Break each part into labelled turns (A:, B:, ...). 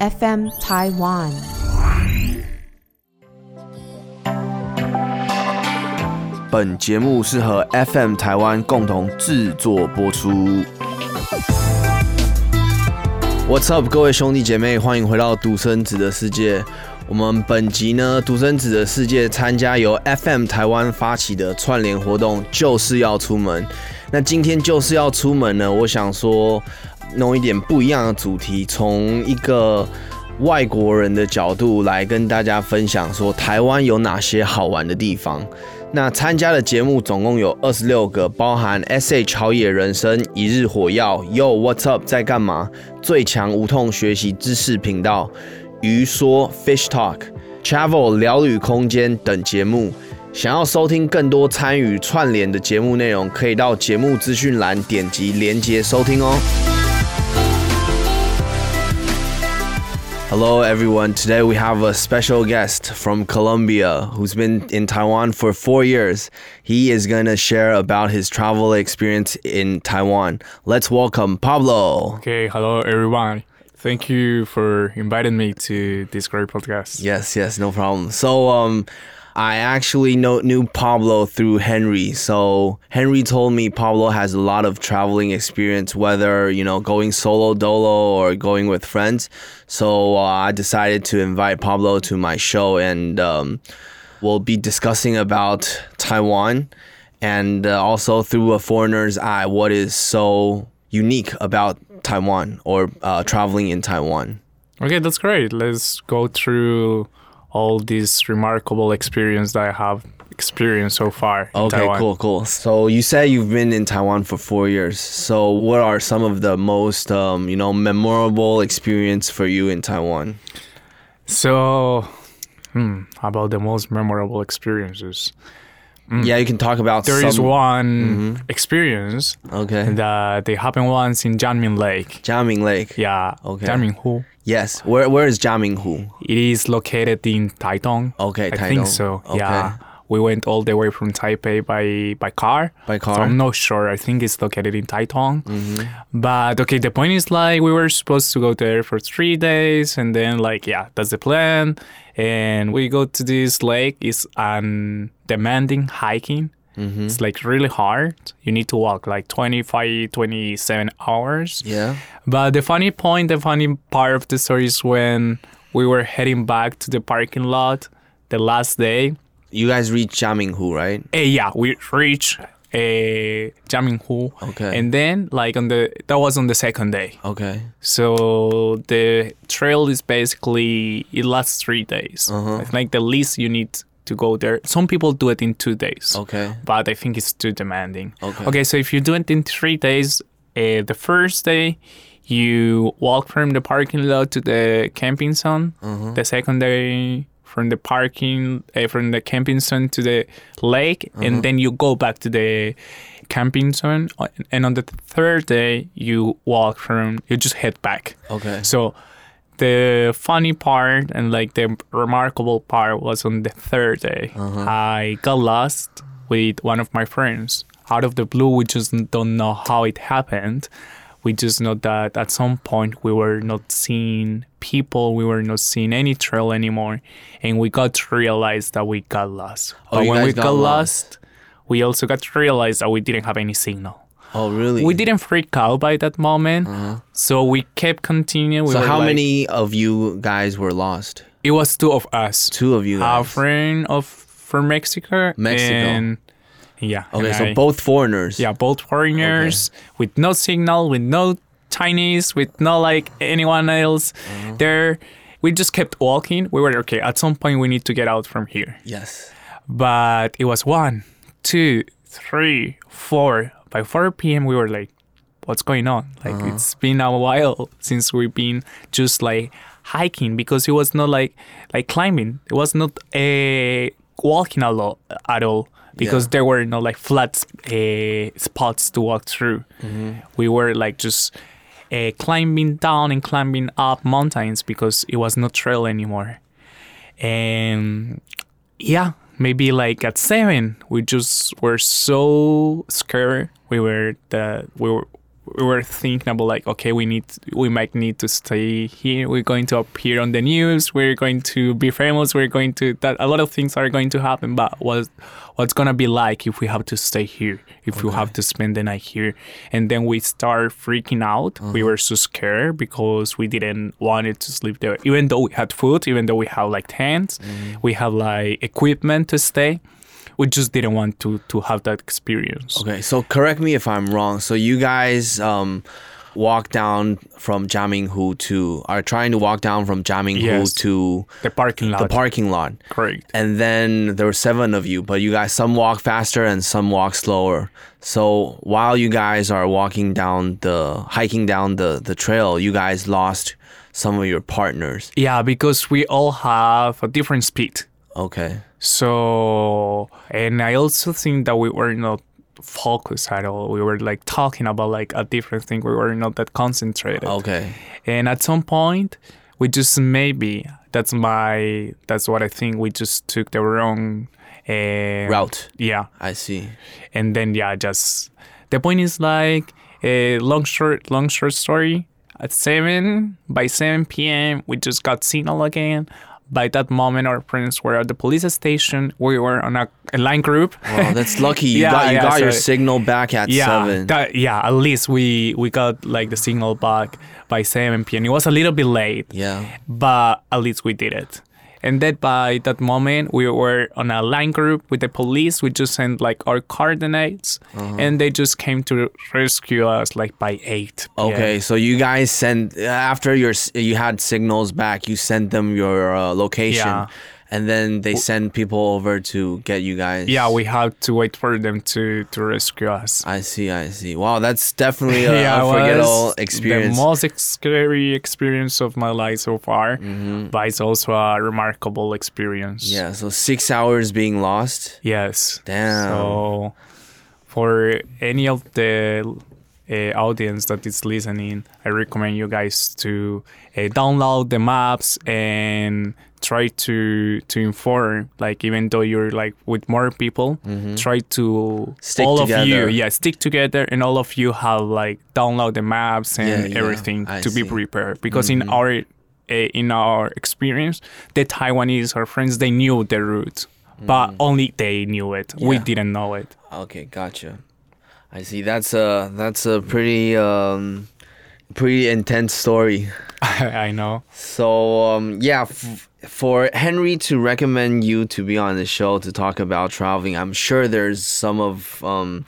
A: FM Taiwan。
B: 本节目是和 FM 台湾共同制作播出。What's up，各位兄弟姐妹，欢迎回到独生子的世界。我们本集呢，独生子的世界参加由 FM 台湾发起的串联活动，就是要出门。那今天就是要出门呢，我想说弄一点不一样的主题，从一个外国人的角度来跟大家分享，说台湾有哪些好玩的地方。那参加的节目总共有二十六个，包含 S.H. 好野人生、一日火药、Yo What's Up 在干嘛、最强无痛学习知识频道、鱼说 Fish Talk、Travel 聊旅空间等节目。想要收听更多参与串联的节目内容，可以到节目资讯栏点击连接收听哦。Hello, everyone. Today we have a special guest from Colombia who's been in Taiwan for four years. He is going to share about his travel experience in Taiwan. Let's welcome Pablo.
C: Okay, hello everyone. Thank you for inviting me to this great podcast.
B: Yes, yes, no problem. So, um, I actually know, knew Pablo through Henry. So Henry told me Pablo has a lot of traveling experience, whether you know going solo dolo or going with friends. So uh, I decided to invite Pablo to my show, and um, we'll be discussing about Taiwan and uh, also through a foreigner's eye, what is so unique about Taiwan or uh, traveling in Taiwan.
C: Okay, that's great. Let's go through all this remarkable experience that I have experienced so far. in
B: Okay,
C: Taiwan.
B: cool, cool. So you say you've been in Taiwan for four years. So what are some of the most, um, you know, memorable experience for you in Taiwan?
C: So, hmm, about the most memorable experiences.
B: Yeah, you can talk about.
C: Mm. there is
B: some, Mm-hmm.
C: one experience
B: Okay,
C: that they happened once in Janmin Lake.
B: Jiaming Lake.
C: Yeah,
B: Okay.
C: Janminhu.
B: Yes. Where Where is Jiaming Hu?
C: It is located in Taitung.
B: Okay,
C: I think
B: Taitung.
C: so.
B: Okay.
C: Yeah. We went all the way from Taipei by by car.
B: By car. Mm-hmm.
C: So I'm not sure. I think it's located in Taitung. But okay, the point is like we were supposed to go there for three days, and then like yeah, that's the plan. And we go to this lake. It's an demanding hiking.
B: Mm-hmm.
C: It's like really hard. You need to walk like 25, 27 hours.
B: Yeah.
C: But the funny point, the funny part of the story is when we were heading back to the parking lot the last day.
B: You guys reached Jiaming Hu, right?
C: Eh, yeah, we reached a Jaminhu.
B: Okay.
C: And then like on the that was on the second day.
B: Okay.
C: So the trail is basically it lasts three days.
B: Uh-huh.
C: It's like the least you need to go there. Some people do it in two days
B: Okay.
C: but I think it's too demanding.
B: Okay.
C: so if you do it in three days, uh, the first day you walk from the parking lot to the camping zone.
B: Mm-hmm.
C: The second day from the parking uh, from the camping zone to the lake,
B: Mm-hmm.
C: and then you go back to the camping zone. Uh, And on the third day, you walk from you just head back.
B: Okay.
C: So the funny part and like the remarkable part was on the third day.
B: Uh-huh.
C: I got lost with one of my friends. Out of the blue, we just don't know how it happened. We just know that at some point we were not seeing people, we were not seeing any trail anymore, and we got to realize that we got lost.
B: Oh,
C: but
B: you
C: when
B: guys
C: we
B: got
C: got, lost, we also got to realize that we didn't have any signal.
B: Oh, really?
C: We didn't freak out by that moment, so we kept continuing. We
B: Uh-huh. So
C: were
B: how
C: like-
B: many of you guys were lost?
C: it was two of us.
B: Two of you.
C: Our
B: Guys.
C: friend of from Mexico.
B: Mexico.
C: And, yeah.
B: okay,
C: and
B: so
C: I-
B: both foreigners.
C: Yeah, both foreigners with no signal, with no Chinese, with no like anyone else
B: Mm.
C: there. We just kept walking. We were okay. At some point, we need to get out from here.
B: Yes.
C: But it was one, two, three, four. By 4 p.m., we were like, what's going on? Like, it's been a while since we've been just like hiking because it was not like like climbing. It was not a walking a lot at all because
B: Yeah.
C: there were no like flat uh, spots to walk through. We were like just uh, climbing down and climbing up mountains because it was not trail anymore. And yeah, maybe like at seven, we just were so scared. We were the we were we were thinking about like okay we need we might need to stay here we're going to appear on the news we're going to be famous we're going to that a lot of things are going to happen but what what's gonna be like if we have to stay here if we have to spend the night here and then we start freaking out we
B: Uh-huh.
C: were so scared because we didn't wanted to sleep there even though we had food even though we had like tents
B: Mm-hmm.
C: we had like equipment to stay we just didn't want to to have that experience
B: Okay, so correct me if I'm wrong. So you guys um walk down from Jaminghu to are trying to walk down from Jaminghu
C: Yes.
B: to
C: the parking lot
B: the parking lot.
C: correct
B: And then there were seven of you, but you guys some walk faster and some walk slower. So while you guys are walking down the hiking down the the trail, you guys lost some of your partners.
C: Yeah, because we all have a different speed.
B: Okay.
C: So, and I also think that we were not focused at all. We were like talking about like a different thing. We were not that concentrated.
B: Okay.
C: And at some point, we just maybe that's my that's what I think. We just took the wrong uh,
B: Route.
C: Yeah,
B: I see.
C: and then yeah, just the point is like a long short long short story. At seven by seven p.m., we just got signal again. By that moment, our friends were at the police station. We were on a, a line group.
B: Well, that's lucky. You
C: Yeah,
B: got you
C: yeah,
B: got your
C: so-
B: signal back at
C: yeah,
B: seven.
C: that- yeah. At least we we got like the signal back by seven p.m. It was a little bit late,
B: yeah.
C: but at least we did it. And then by that moment, we were on a line group with the police. We just sent like our coordinates,
B: Uh-huh.
C: and they just came to rescue us like by eight. PM.
B: Okay, so you guys send after your s- you had signals back, you sent them your uh, location,
C: Yeah.
B: and then they send people over to get you guys.
C: Yeah, we had to wait for them to to rescue us.
B: I see, I see. Wow, that's definitely a
C: it was
B: unforgettable experience.
C: The most ex- scary experience of my life so far,
B: Mm-hmm.
C: but it's also a remarkable experience.
B: yeah, so six hours being lost.
C: Yes.
B: Damn.
C: So, for any of the uh, audience that is listening, I recommend you guys to uh, download the maps and try to to inform. Like even though you're like with more people, try to
B: Mm-hmm. Stick
C: all of you,
B: together.
C: yeah, stick together, and all of you have like download the maps and
B: Yeah, yeah,
C: everything
B: I
C: to be
B: see.
C: prepared because in our uh, in our experience, the Taiwanese, our friends, they knew the route, but only they knew it. We
B: Yeah.
C: didn't know it.
B: Okay, gotcha. I see. That's a that's a pretty um, pretty intense story.
C: I know.
B: So um, yeah, f- for Henry to recommend you to be on the show to talk about traveling, I'm sure there's some of um,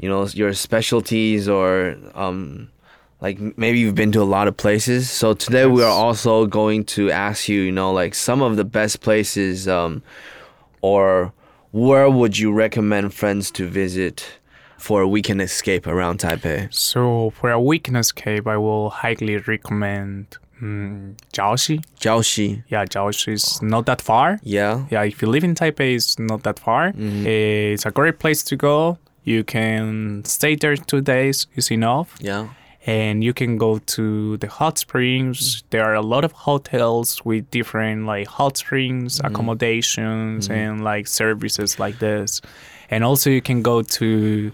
B: you know your specialties or um, like m- maybe you've been to a lot of places. So today we are
C: Yes.
B: also going to ask you, you know, like some of the best places um, or where would you recommend friends to visit for a weekend escape around Taipei?
C: So for a weakness escape, I will highly recommend mm, Jiaoxi.
B: Jiaoxi,
C: Yeah, Jiaoxi is not that far.
B: yeah.
C: Yeah, if you live in Taipei, it's not that far. Eh, It's a great place to go. You can stay there two days. is enough.
B: Yeah.
C: and you can go to the hot springs. There are a lot of hotels with different like hot springs accommodations and like services like this. And also you can go to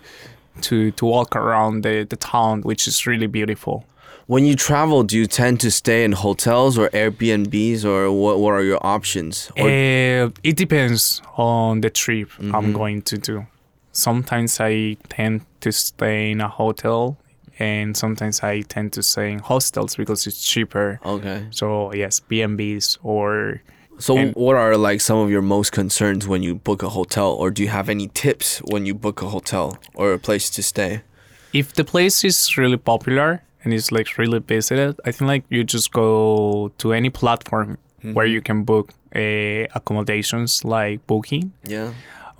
C: to to walk around the, the town which is really beautiful.
B: When you travel, do you tend to stay in hotels or Airbnbs, or what? What are your options? Or,
C: Uh, it depends on the trip I'm going to do. Sometimes I tend to stay in a hotel and sometimes I tend to stay in hostels because it's cheaper.
B: okay.
C: So yes, BNBs or
B: So,
C: and-
B: what are like some of your most concerns when you book a hotel, or do you have any tips when you book a hotel or a place to stay?
C: if the place is really popular and it's like really visited, I think like you just go to any platform where you can book uh, accommodations like Booking.
B: Yeah.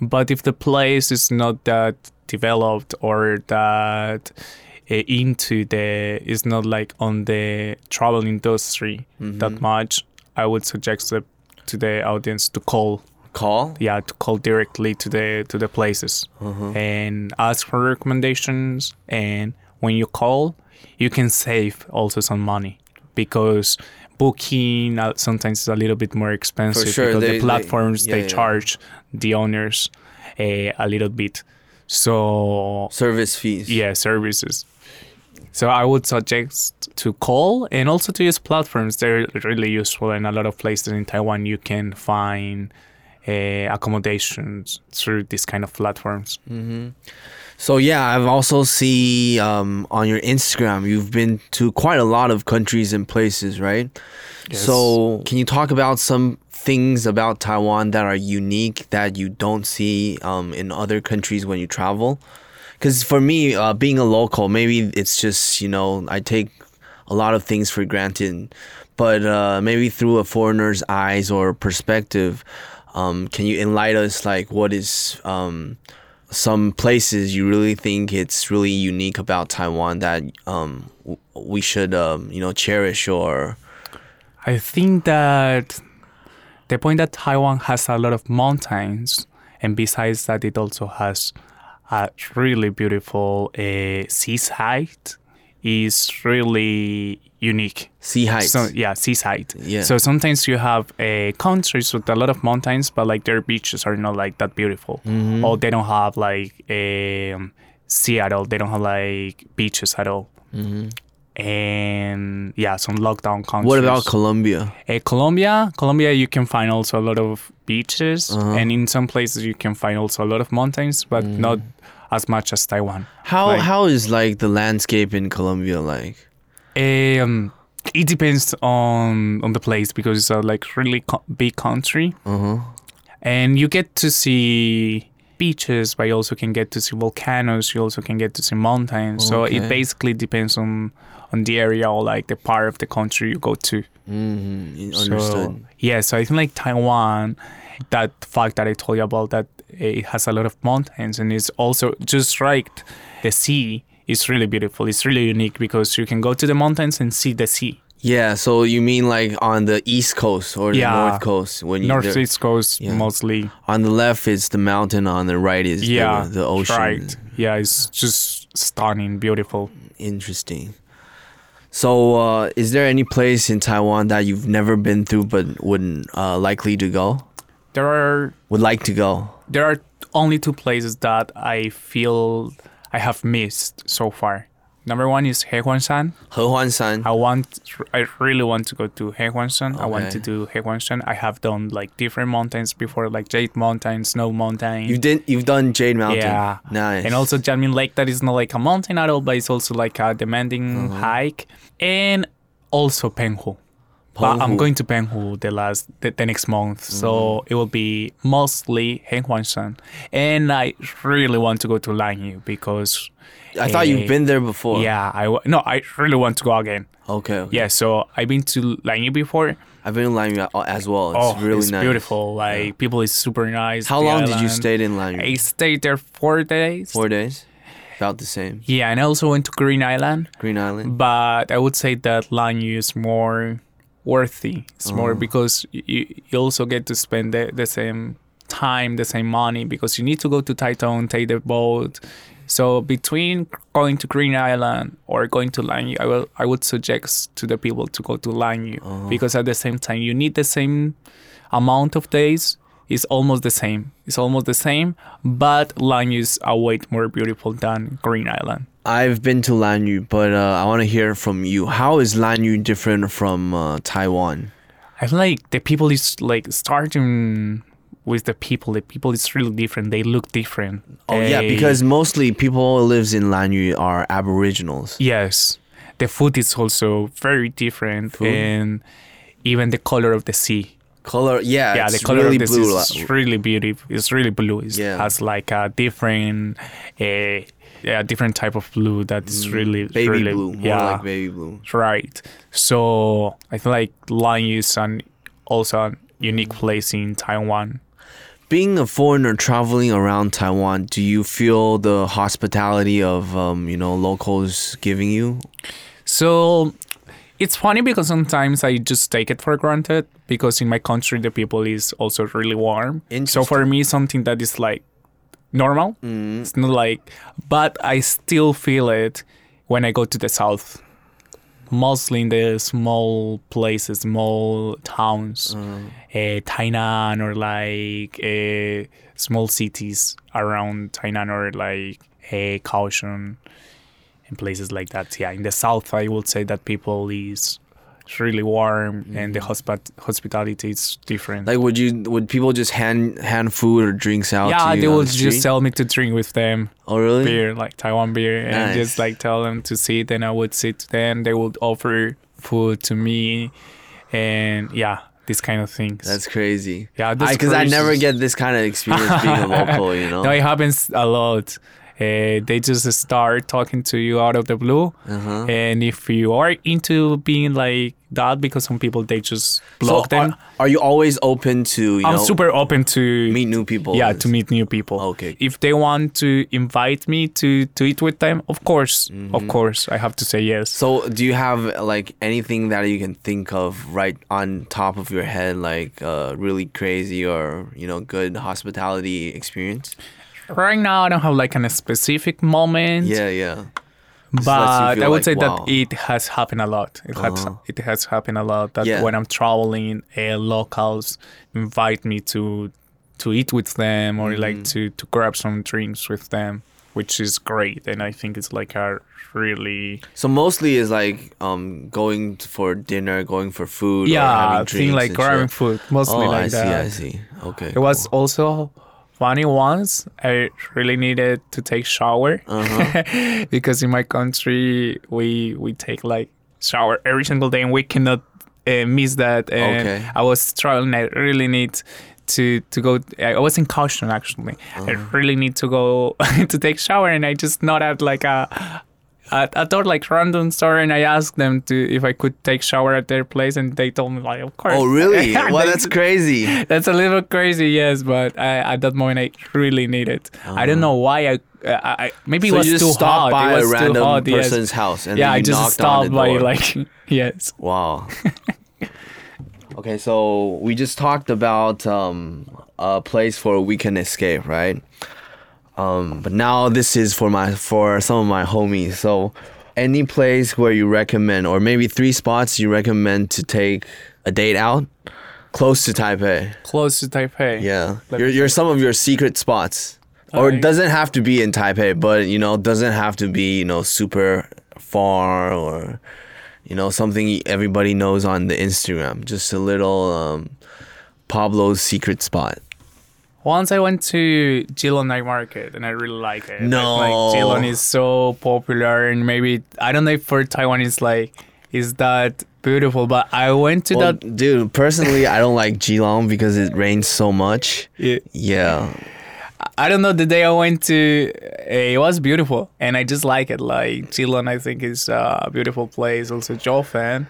C: But if the place is not that developed or that uh, into the is not like on the travel industry that much, I would suggest that to the audience to call
B: Call.
C: yeah to call directly to the to the places
B: Mm-hmm.
C: and ask for recommendations and when you call you can save also some money because booking uh, sometimes is a little bit more expensive
B: sure,
C: because
B: they- they-
C: the platforms they,
B: yeah, yeah.
C: charge the owners uh, a little bit so
B: Service fees.
C: yeah services So I would suggest to call and also to use platforms. They're really useful in a lot of places in Taiwan. You can find uh, accommodations through these kind of platforms.
B: So yeah, I've also see um, on your Instagram you've been to quite a lot of countries and places, right? So can you talk about some things about Taiwan that are unique that you don't see um, in other countries when you travel? Because for me, uh, being a local, maybe it's just you know I take a lot of things for granted, but uh, maybe through a foreigner's eyes or perspective, um, can you enlighten us like what is um, some places you really think it's really unique about Taiwan that um, w- we should um, you know cherish or
C: I think that the point that Taiwan has a lot of mountains, and besides that, it also has a really beautiful uh, seaside, is really unique.
B: sea heights?
C: So yeah, seaside.
B: Yeah.
C: So sometimes you have uh, countries with a lot of mountains, but like their beaches are not like that beautiful,
B: Mm-hmm.
C: or they don't have like um, sea at all. They don't have like beaches at all. And yeah, some lockdown countries.
B: Mm-hmm. what about Colombia?
C: Uh, Colombia, Colombia, you can find also a lot of beaches,
B: Uh-huh.
C: and in some places you can find also a lot of mountains, but
B: Mm-hmm.
C: not as much as Taiwan.
B: How
C: Like-
B: how is like the landscape in Colombia like?
C: Um, it depends on on the place because it's a like really co- big country, and you get to see beaches, but you also can get to see volcanoes. You also can get to see mountains. So
B: Okay.
C: it basically depends on on the area or like the part of the country you go to.
B: Mm-hmm. Understood.
C: So, yeah, so I think like Taiwan, that fact that I told you about that it has a lot of mountains and it's also just right. The sea is really beautiful. It's really unique because you can go to the mountains and see the sea.
B: yeah. So you mean like on the east coast or the
C: Yeah.
B: north coast? When you
C: North
B: there-
C: East Coast
B: yeah.
C: mostly.
B: on the left is the mountain, on the right is the-
C: Yeah.
B: the, ocean.
C: Right. Yeah, it's just stunning, beautiful.
B: Interesting. So, uh, is there any place in Taiwan that you've never been through but would uh, likely to go?
C: There are
B: Would like to go?
C: there are only two places that I feel I have missed so far. Number one is Hehuanshan.
B: Hehuanshan.
C: I want, I really want to go to Hehuanshan. I want
B: Okay.
C: to do Hehuanshan. I have done like different mountains before, like Jade Mountain, Snow Mountain,
B: You've did you've done Jade Mountain.
C: Yeah.
B: Nice.
C: and also Janmin Lake. That is not like a mountain at all, but it's also like a demanding
B: Uh-huh.
C: hike, and also Penghu. But I'm
B: Penghu. Mm-hmm.
C: going to Penghu the last the, the next month, so it will be mostly Hehuanshan, and I really want to go to Lanyu because
B: I thought
C: eh,
B: you've been there before.
C: yeah, I wa- no, I really want to go again.
B: Okay. okay.
C: Yeah, so I've been to Lanyu before.
B: I've been in Lanyu a- as well. It's
C: Oh,
B: really
C: it's
B: nice.
C: beautiful. Like people is super nice.
B: How
C: the
B: long did you
C: island.
B: stay in Lanyu?
C: I stayed there four days.
B: Four days. About the same.
C: Yeah, and I also went to Green Island,
B: Green Island.
C: but I would say that Lanyu is more worthy. It's more because you, you also get to spend the, the same time, the same money because you need to go to Taitung, take the boat. So between going to Green Island or going to Lanyu, I will I would suggest to the people to go to Lanyu because at the same time you need the same amount of days is almost the same. It's almost the same, but Lanyu is a way more beautiful than Green Island.
B: I've been to Lanyu, but uh, I want to hear from you. How is Lanyu different from uh, Taiwan?
C: I feel like the people is like starting with the people. The people is really different. They look different.
B: Oh yeah,
C: They-
B: because mostly people who lives in Lanyu are aboriginals.
C: yes, the food is also very different, and even the color of the sea.
B: Color, yeah,
C: Yeah,
B: it's
C: the color
B: really
C: of the
B: blue.
C: sea
B: like-
C: is really beautiful. It's really blue. It
B: Yeah.
C: has like a different, a, a different type of blue that is really
B: Mm, baby
C: really,
B: blue, more
C: yeah,
B: like baby blue.
C: right. So I feel like Lanyu is an also a unique place in Taiwan.
B: Being a foreigner traveling around Taiwan, do you feel the hospitality of um, you know locals giving you?
C: So it's funny because sometimes I just take it for granted because in my country the people is also really warm. So for me, something that is like normal. It's not like, but I still feel it when I go to the south, mostly in the small places, small towns, eh, Tainan or like eh, small cities around Tainan or like eh, Kaohsiung. in places like that. Yeah, in the south, I would say that people is it's really warm and the hospi- hospitality is different.
B: Mm-hmm. Like, would you would people just hand hand food or drinks out?
C: yeah,
B: to you
C: they
B: on
C: would
B: the
C: just
B: street?
C: tell me to drink with them
B: Oh, really?
C: beer, like Taiwan beer, and
B: Nice.
C: just like tell them to sit, and I would sit to them. They would offer food to me, and yeah, these kind of things.
B: That's crazy.
C: yeah, those
B: Because I,
C: cruises-
B: never get this kind of experience being a local, you know.
C: No, it happens a lot. Uh, they just start talking to you out of the blue,
B: Uh-huh.
C: and if you are into being like that, because some people they just block
B: so uh, are-
C: them.
B: Are, you always open to you
C: I'm
B: know
C: super open to
B: meet new people?
C: yeah to meet new people
B: Okay.
C: if they want to invite me to to eat with them of course of course i have to say yes
B: Mm-hmm. So do you have like anything that you can think of right on top of your head, like uh, really crazy or you know good hospitality experience?
C: right now i don't have like a specific moment
B: Yeah, yeah.
C: but
B: lets you feel
C: i
B: like,
C: would say
B: wow. Uh-huh.
C: that it has happened a lot it has it has happened a lot that
B: Yeah.
C: when i'm traveling uh, locals invite me to to eat with them or like
B: Mm.
C: to to grab some drinks with them which is great and i think it's like a really
B: So mostly is like um going for dinner, going for food. or
C: yeah
B: having
C: thing
B: drinks
C: like
B: and
C: grabbing
B: shit.
C: food mostly
B: Oh,
C: like
B: I see,
C: that
B: I see. Okay.
C: It was also funny once. I really needed to take shower
B: Uh-huh.
C: because in my country we we take like shower every single day and we cannot uh, miss that. And
B: Okay.
C: I was struggling. I really need to to go. I was in caution actually. I
B: Uh-huh.
C: really need to go to take shower and I just not at like a. At a door like random store, and I asked them to if I could take shower at their place, and they told me like, of course.
B: Oh really?
C: And
B: Wow,
C: they-
B: that's crazy.
C: that's a little crazy, yes, but I, at that moment I really need it. I don't know why I, uh, I, I maybe
B: Uh-huh. So
C: it was
B: you just
C: too hot.
B: stopped by
C: it was
B: a
C: too
B: random
C: hot, yes.
B: person's house and
C: yeah,
B: then you
C: I just
B: knocked on
C: stopped
B: the
C: by
B: door.
C: like yes.
B: Wow. okay, so we just talked about um, a place for a weekend escape, right? Um, but now this is for my for some of my homies. So, any place where you recommend, or maybe three spots you recommend to take a date out close to Taipei.
C: Close to Taipei.
B: Yeah,
C: Let
B: your
C: me
B: your some of your secret spots, or it
C: Alright.
B: doesn't have to be in Taipei, but you know, doesn't have to be you know super far or you know something everybody knows on the Instagram. Just a little um, Pablo's secret spot.
C: Once I went to Geelong Night Market and I really like it.
B: No.
C: Like Geelong is so popular and maybe I don't know if for Taiwan it's like is that beautiful, but I went to
B: Well,
C: that
B: dude, personally, I don't like Geelong because it rains so much.
C: it-
B: Yeah,
C: I don't know. The day I went to, eh, it was beautiful, and I just like it. Like Geelong, I think is a beautiful place. Also, Jofen,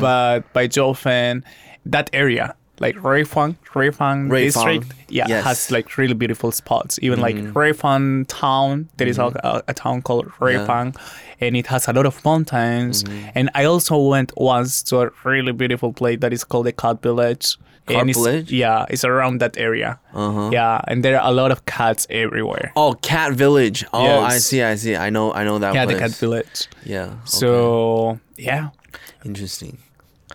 C: but by Jofen, that area, like Rayfang, Rayfang
B: Rayfang,
C: district, yeah,
B: yes.
C: has like really beautiful spots. Even like Rayfang town, there is like, a, a town called Rayfang, and it has a lot of mountains. And I also went once to a really beautiful place that is called the Cat Village.
B: Cat
C: and it's-
B: Village?
C: yeah, it's around that area.
B: Uh-huh.
C: Yeah, and there are a lot of cats everywhere.
B: Oh, Cat Village. Oh, I
C: Yes.
B: see. I see. I know. I know that
C: yeah,
B: place.
C: the cat village.
B: Yeah. okay.
C: So yeah,
B: Interesting.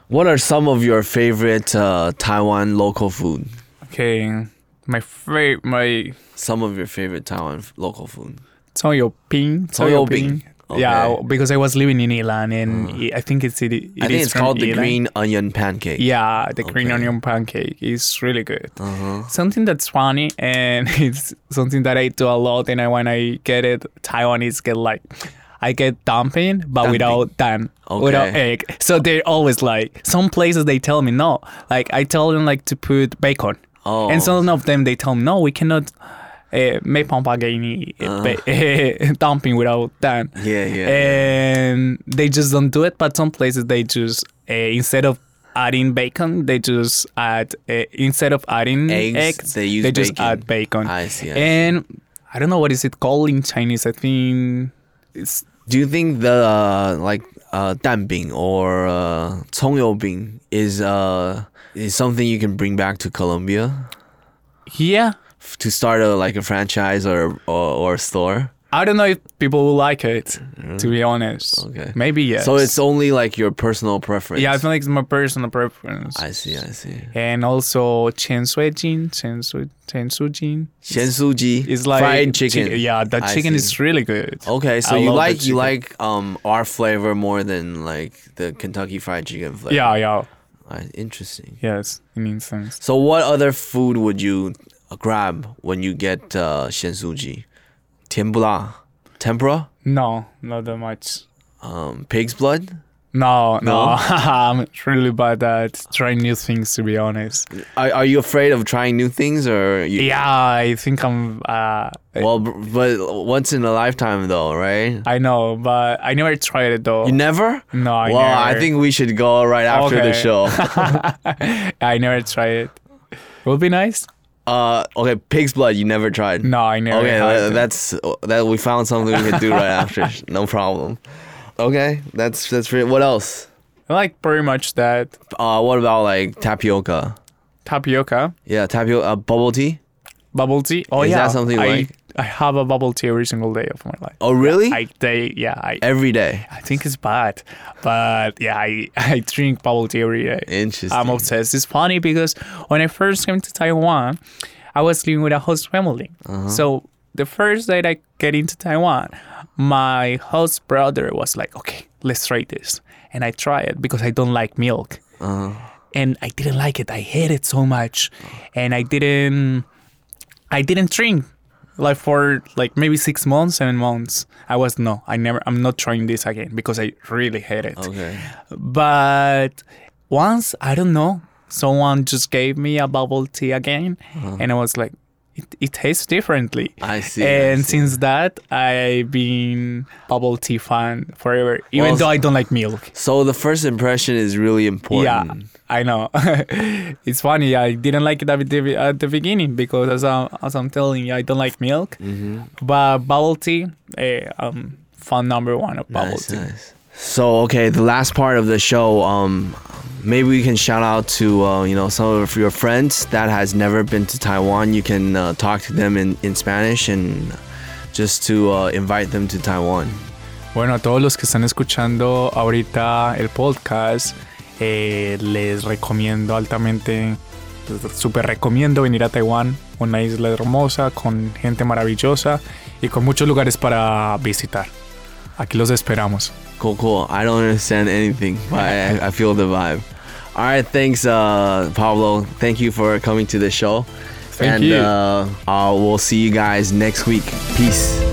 B: What are some of your favorite uh, Taiwan local food?
C: okay. My favorite, my
B: Some of your favorite Taiwan f- local food.
C: Toyo Ping,
B: Toyo
C: Toyo
B: Ping.
C: Ping. Yeah,
B: Okay. Uh-huh.
C: because I was living in Ilan, and I I think it's it, it
B: I think
C: is
B: it's
C: from
B: called the
C: Ilan.
B: green onion pancake.
C: Yeah, the green
B: Okay. Uh-huh.
C: onion pancake is really good. Something that's funny and it's something that I do a lot. And I, when I get it, Taiwanese get like, I get dumpling, but without dan, without
B: Okay.
C: egg. So they're always like, some places they tell me no. Like I tell them like to put bacon,
B: Oh.
C: and some of them they tell me no, we cannot. Uh, make
B: Uh-huh.
C: uh. dumping without dan.
B: Yeah, yeah,
C: And they just don't do it. But some places they just uh, instead of adding bacon, they just add uh, instead of adding
B: Eggs,
C: eggs,
B: they use
C: just
B: bacon.
C: add bacon.
B: I see, I see.
C: and I don't know what is it called in Chinese. I think it's
B: Do you think the uh, like uh, danbing or uh, bing is uh, is something you can bring back to Colombia
C: yeah.
B: f- to start a like a franchise or or, or store?
C: I don't know if people will like it, to be honest.
B: Mm-hmm. Okay.
C: Maybe yes.
B: So it's only like your personal preference.
C: yeah, I feel like it's my personal preference.
B: I see. I see.
C: and also Chen Sui Jin, Chen Sui Chen Su Jin.
B: Shensuji
C: It's like
B: fried chicken.
C: chi- yeah, the
B: I
C: chicken
B: see.
C: is really good.
B: Okay, so
C: I
B: you
C: love the
B: like you
C: chicken.
B: like um our flavor more than like the Kentucky Fried Chicken flavor.
C: Yeah, yeah,
B: I- interesting.
C: yes, in instance.
B: So what other food would you grab when you get uh, shensuji? Tempura, tempura,
C: No, not that much.
B: um, pig's blood.
C: No,
B: No?
C: no, I'm really bad at trying new things. To be honest,
B: Are, are you afraid of trying new things or? You,
C: yeah, I think I'm. Uh,
B: Well, b- but once in a lifetime though, right?
C: I know, but I never tried it though.
B: You never.
C: no, I
B: well,
C: never.
B: I think we should go right after the
C: Okay.
B: show.
C: I never tried it. Would be nice.
B: uh, okay, pig's blood. You never tried.
C: No, I never.
B: Okay,
C: had
B: tha-
C: it.
B: that's that we found something we can do right after. No problem. Okay, that's that's pretty, what else?
C: I like pretty much that
B: Uh, what about like tapioca?
C: tapioca
B: Yeah, tapioca uh, bubble tea.
C: bubble tea. Oh
B: Is
C: yeah,
B: that something you
C: I
B: like?
C: I have a bubble tea every single day of my life.
B: Oh, really?
C: I they yeah I
B: Every day.
C: I think it's bad, but yeah I I drink bubble tea every day.
B: Interesting.
C: I'm obsessed. It's funny because when I first came to Taiwan, I was living with a host family.
B: Uh-huh.
C: So the first day I get into Taiwan, my host brother was like, "Okay, let's try this," and I try it because I don't like milk,
B: Uh-huh.
C: and I didn't like it. I hate it so much, and I didn't, I didn't drink. Like for like maybe six months, seven months, I was no, I never, I'm not trying this again because I really hate it.
B: okay.
C: But once, I don't know, someone just gave me a bubble tea again, and I was like, it, it tastes differently.
B: Uh-huh. I see, I
C: And
B: see.
C: since that, I've been bubble tea fan forever, even
B: Well,
C: though I don't like milk.
B: So the first impression is really
C: Yeah,
B: important.
C: I know. it's funny. I didn't like it at the, at the beginning because, as, I, as I'm telling you, I don't like milk.
B: Mm-hmm.
C: But bubble tea, eh, um, fan number one of bubble
B: Nice,
C: tea.
B: nice. So okay, the last part of the show. Um, maybe we can shout out to uh, you know some of your friends that has never been to Taiwan. You can uh, talk to them in, in Spanish and just to uh, invite them to Taiwan.
C: Bueno, a todos los que están escuchando ahorita el podcast, eh, les recomiendo altamente, súper recomiendo venir a Taiwán, una isla hermosa, con gente maravillosa y con muchos lugares para visitar. Aquí los esperamos.
B: Cool, cool. I don't understand anything, but I, I feel the vibe. All right, thanks, uh, Pablo. Thank you for coming to the show.
C: Thank
B: and
C: you.
B: Uh, uh, we'll see you guys next week. Peace.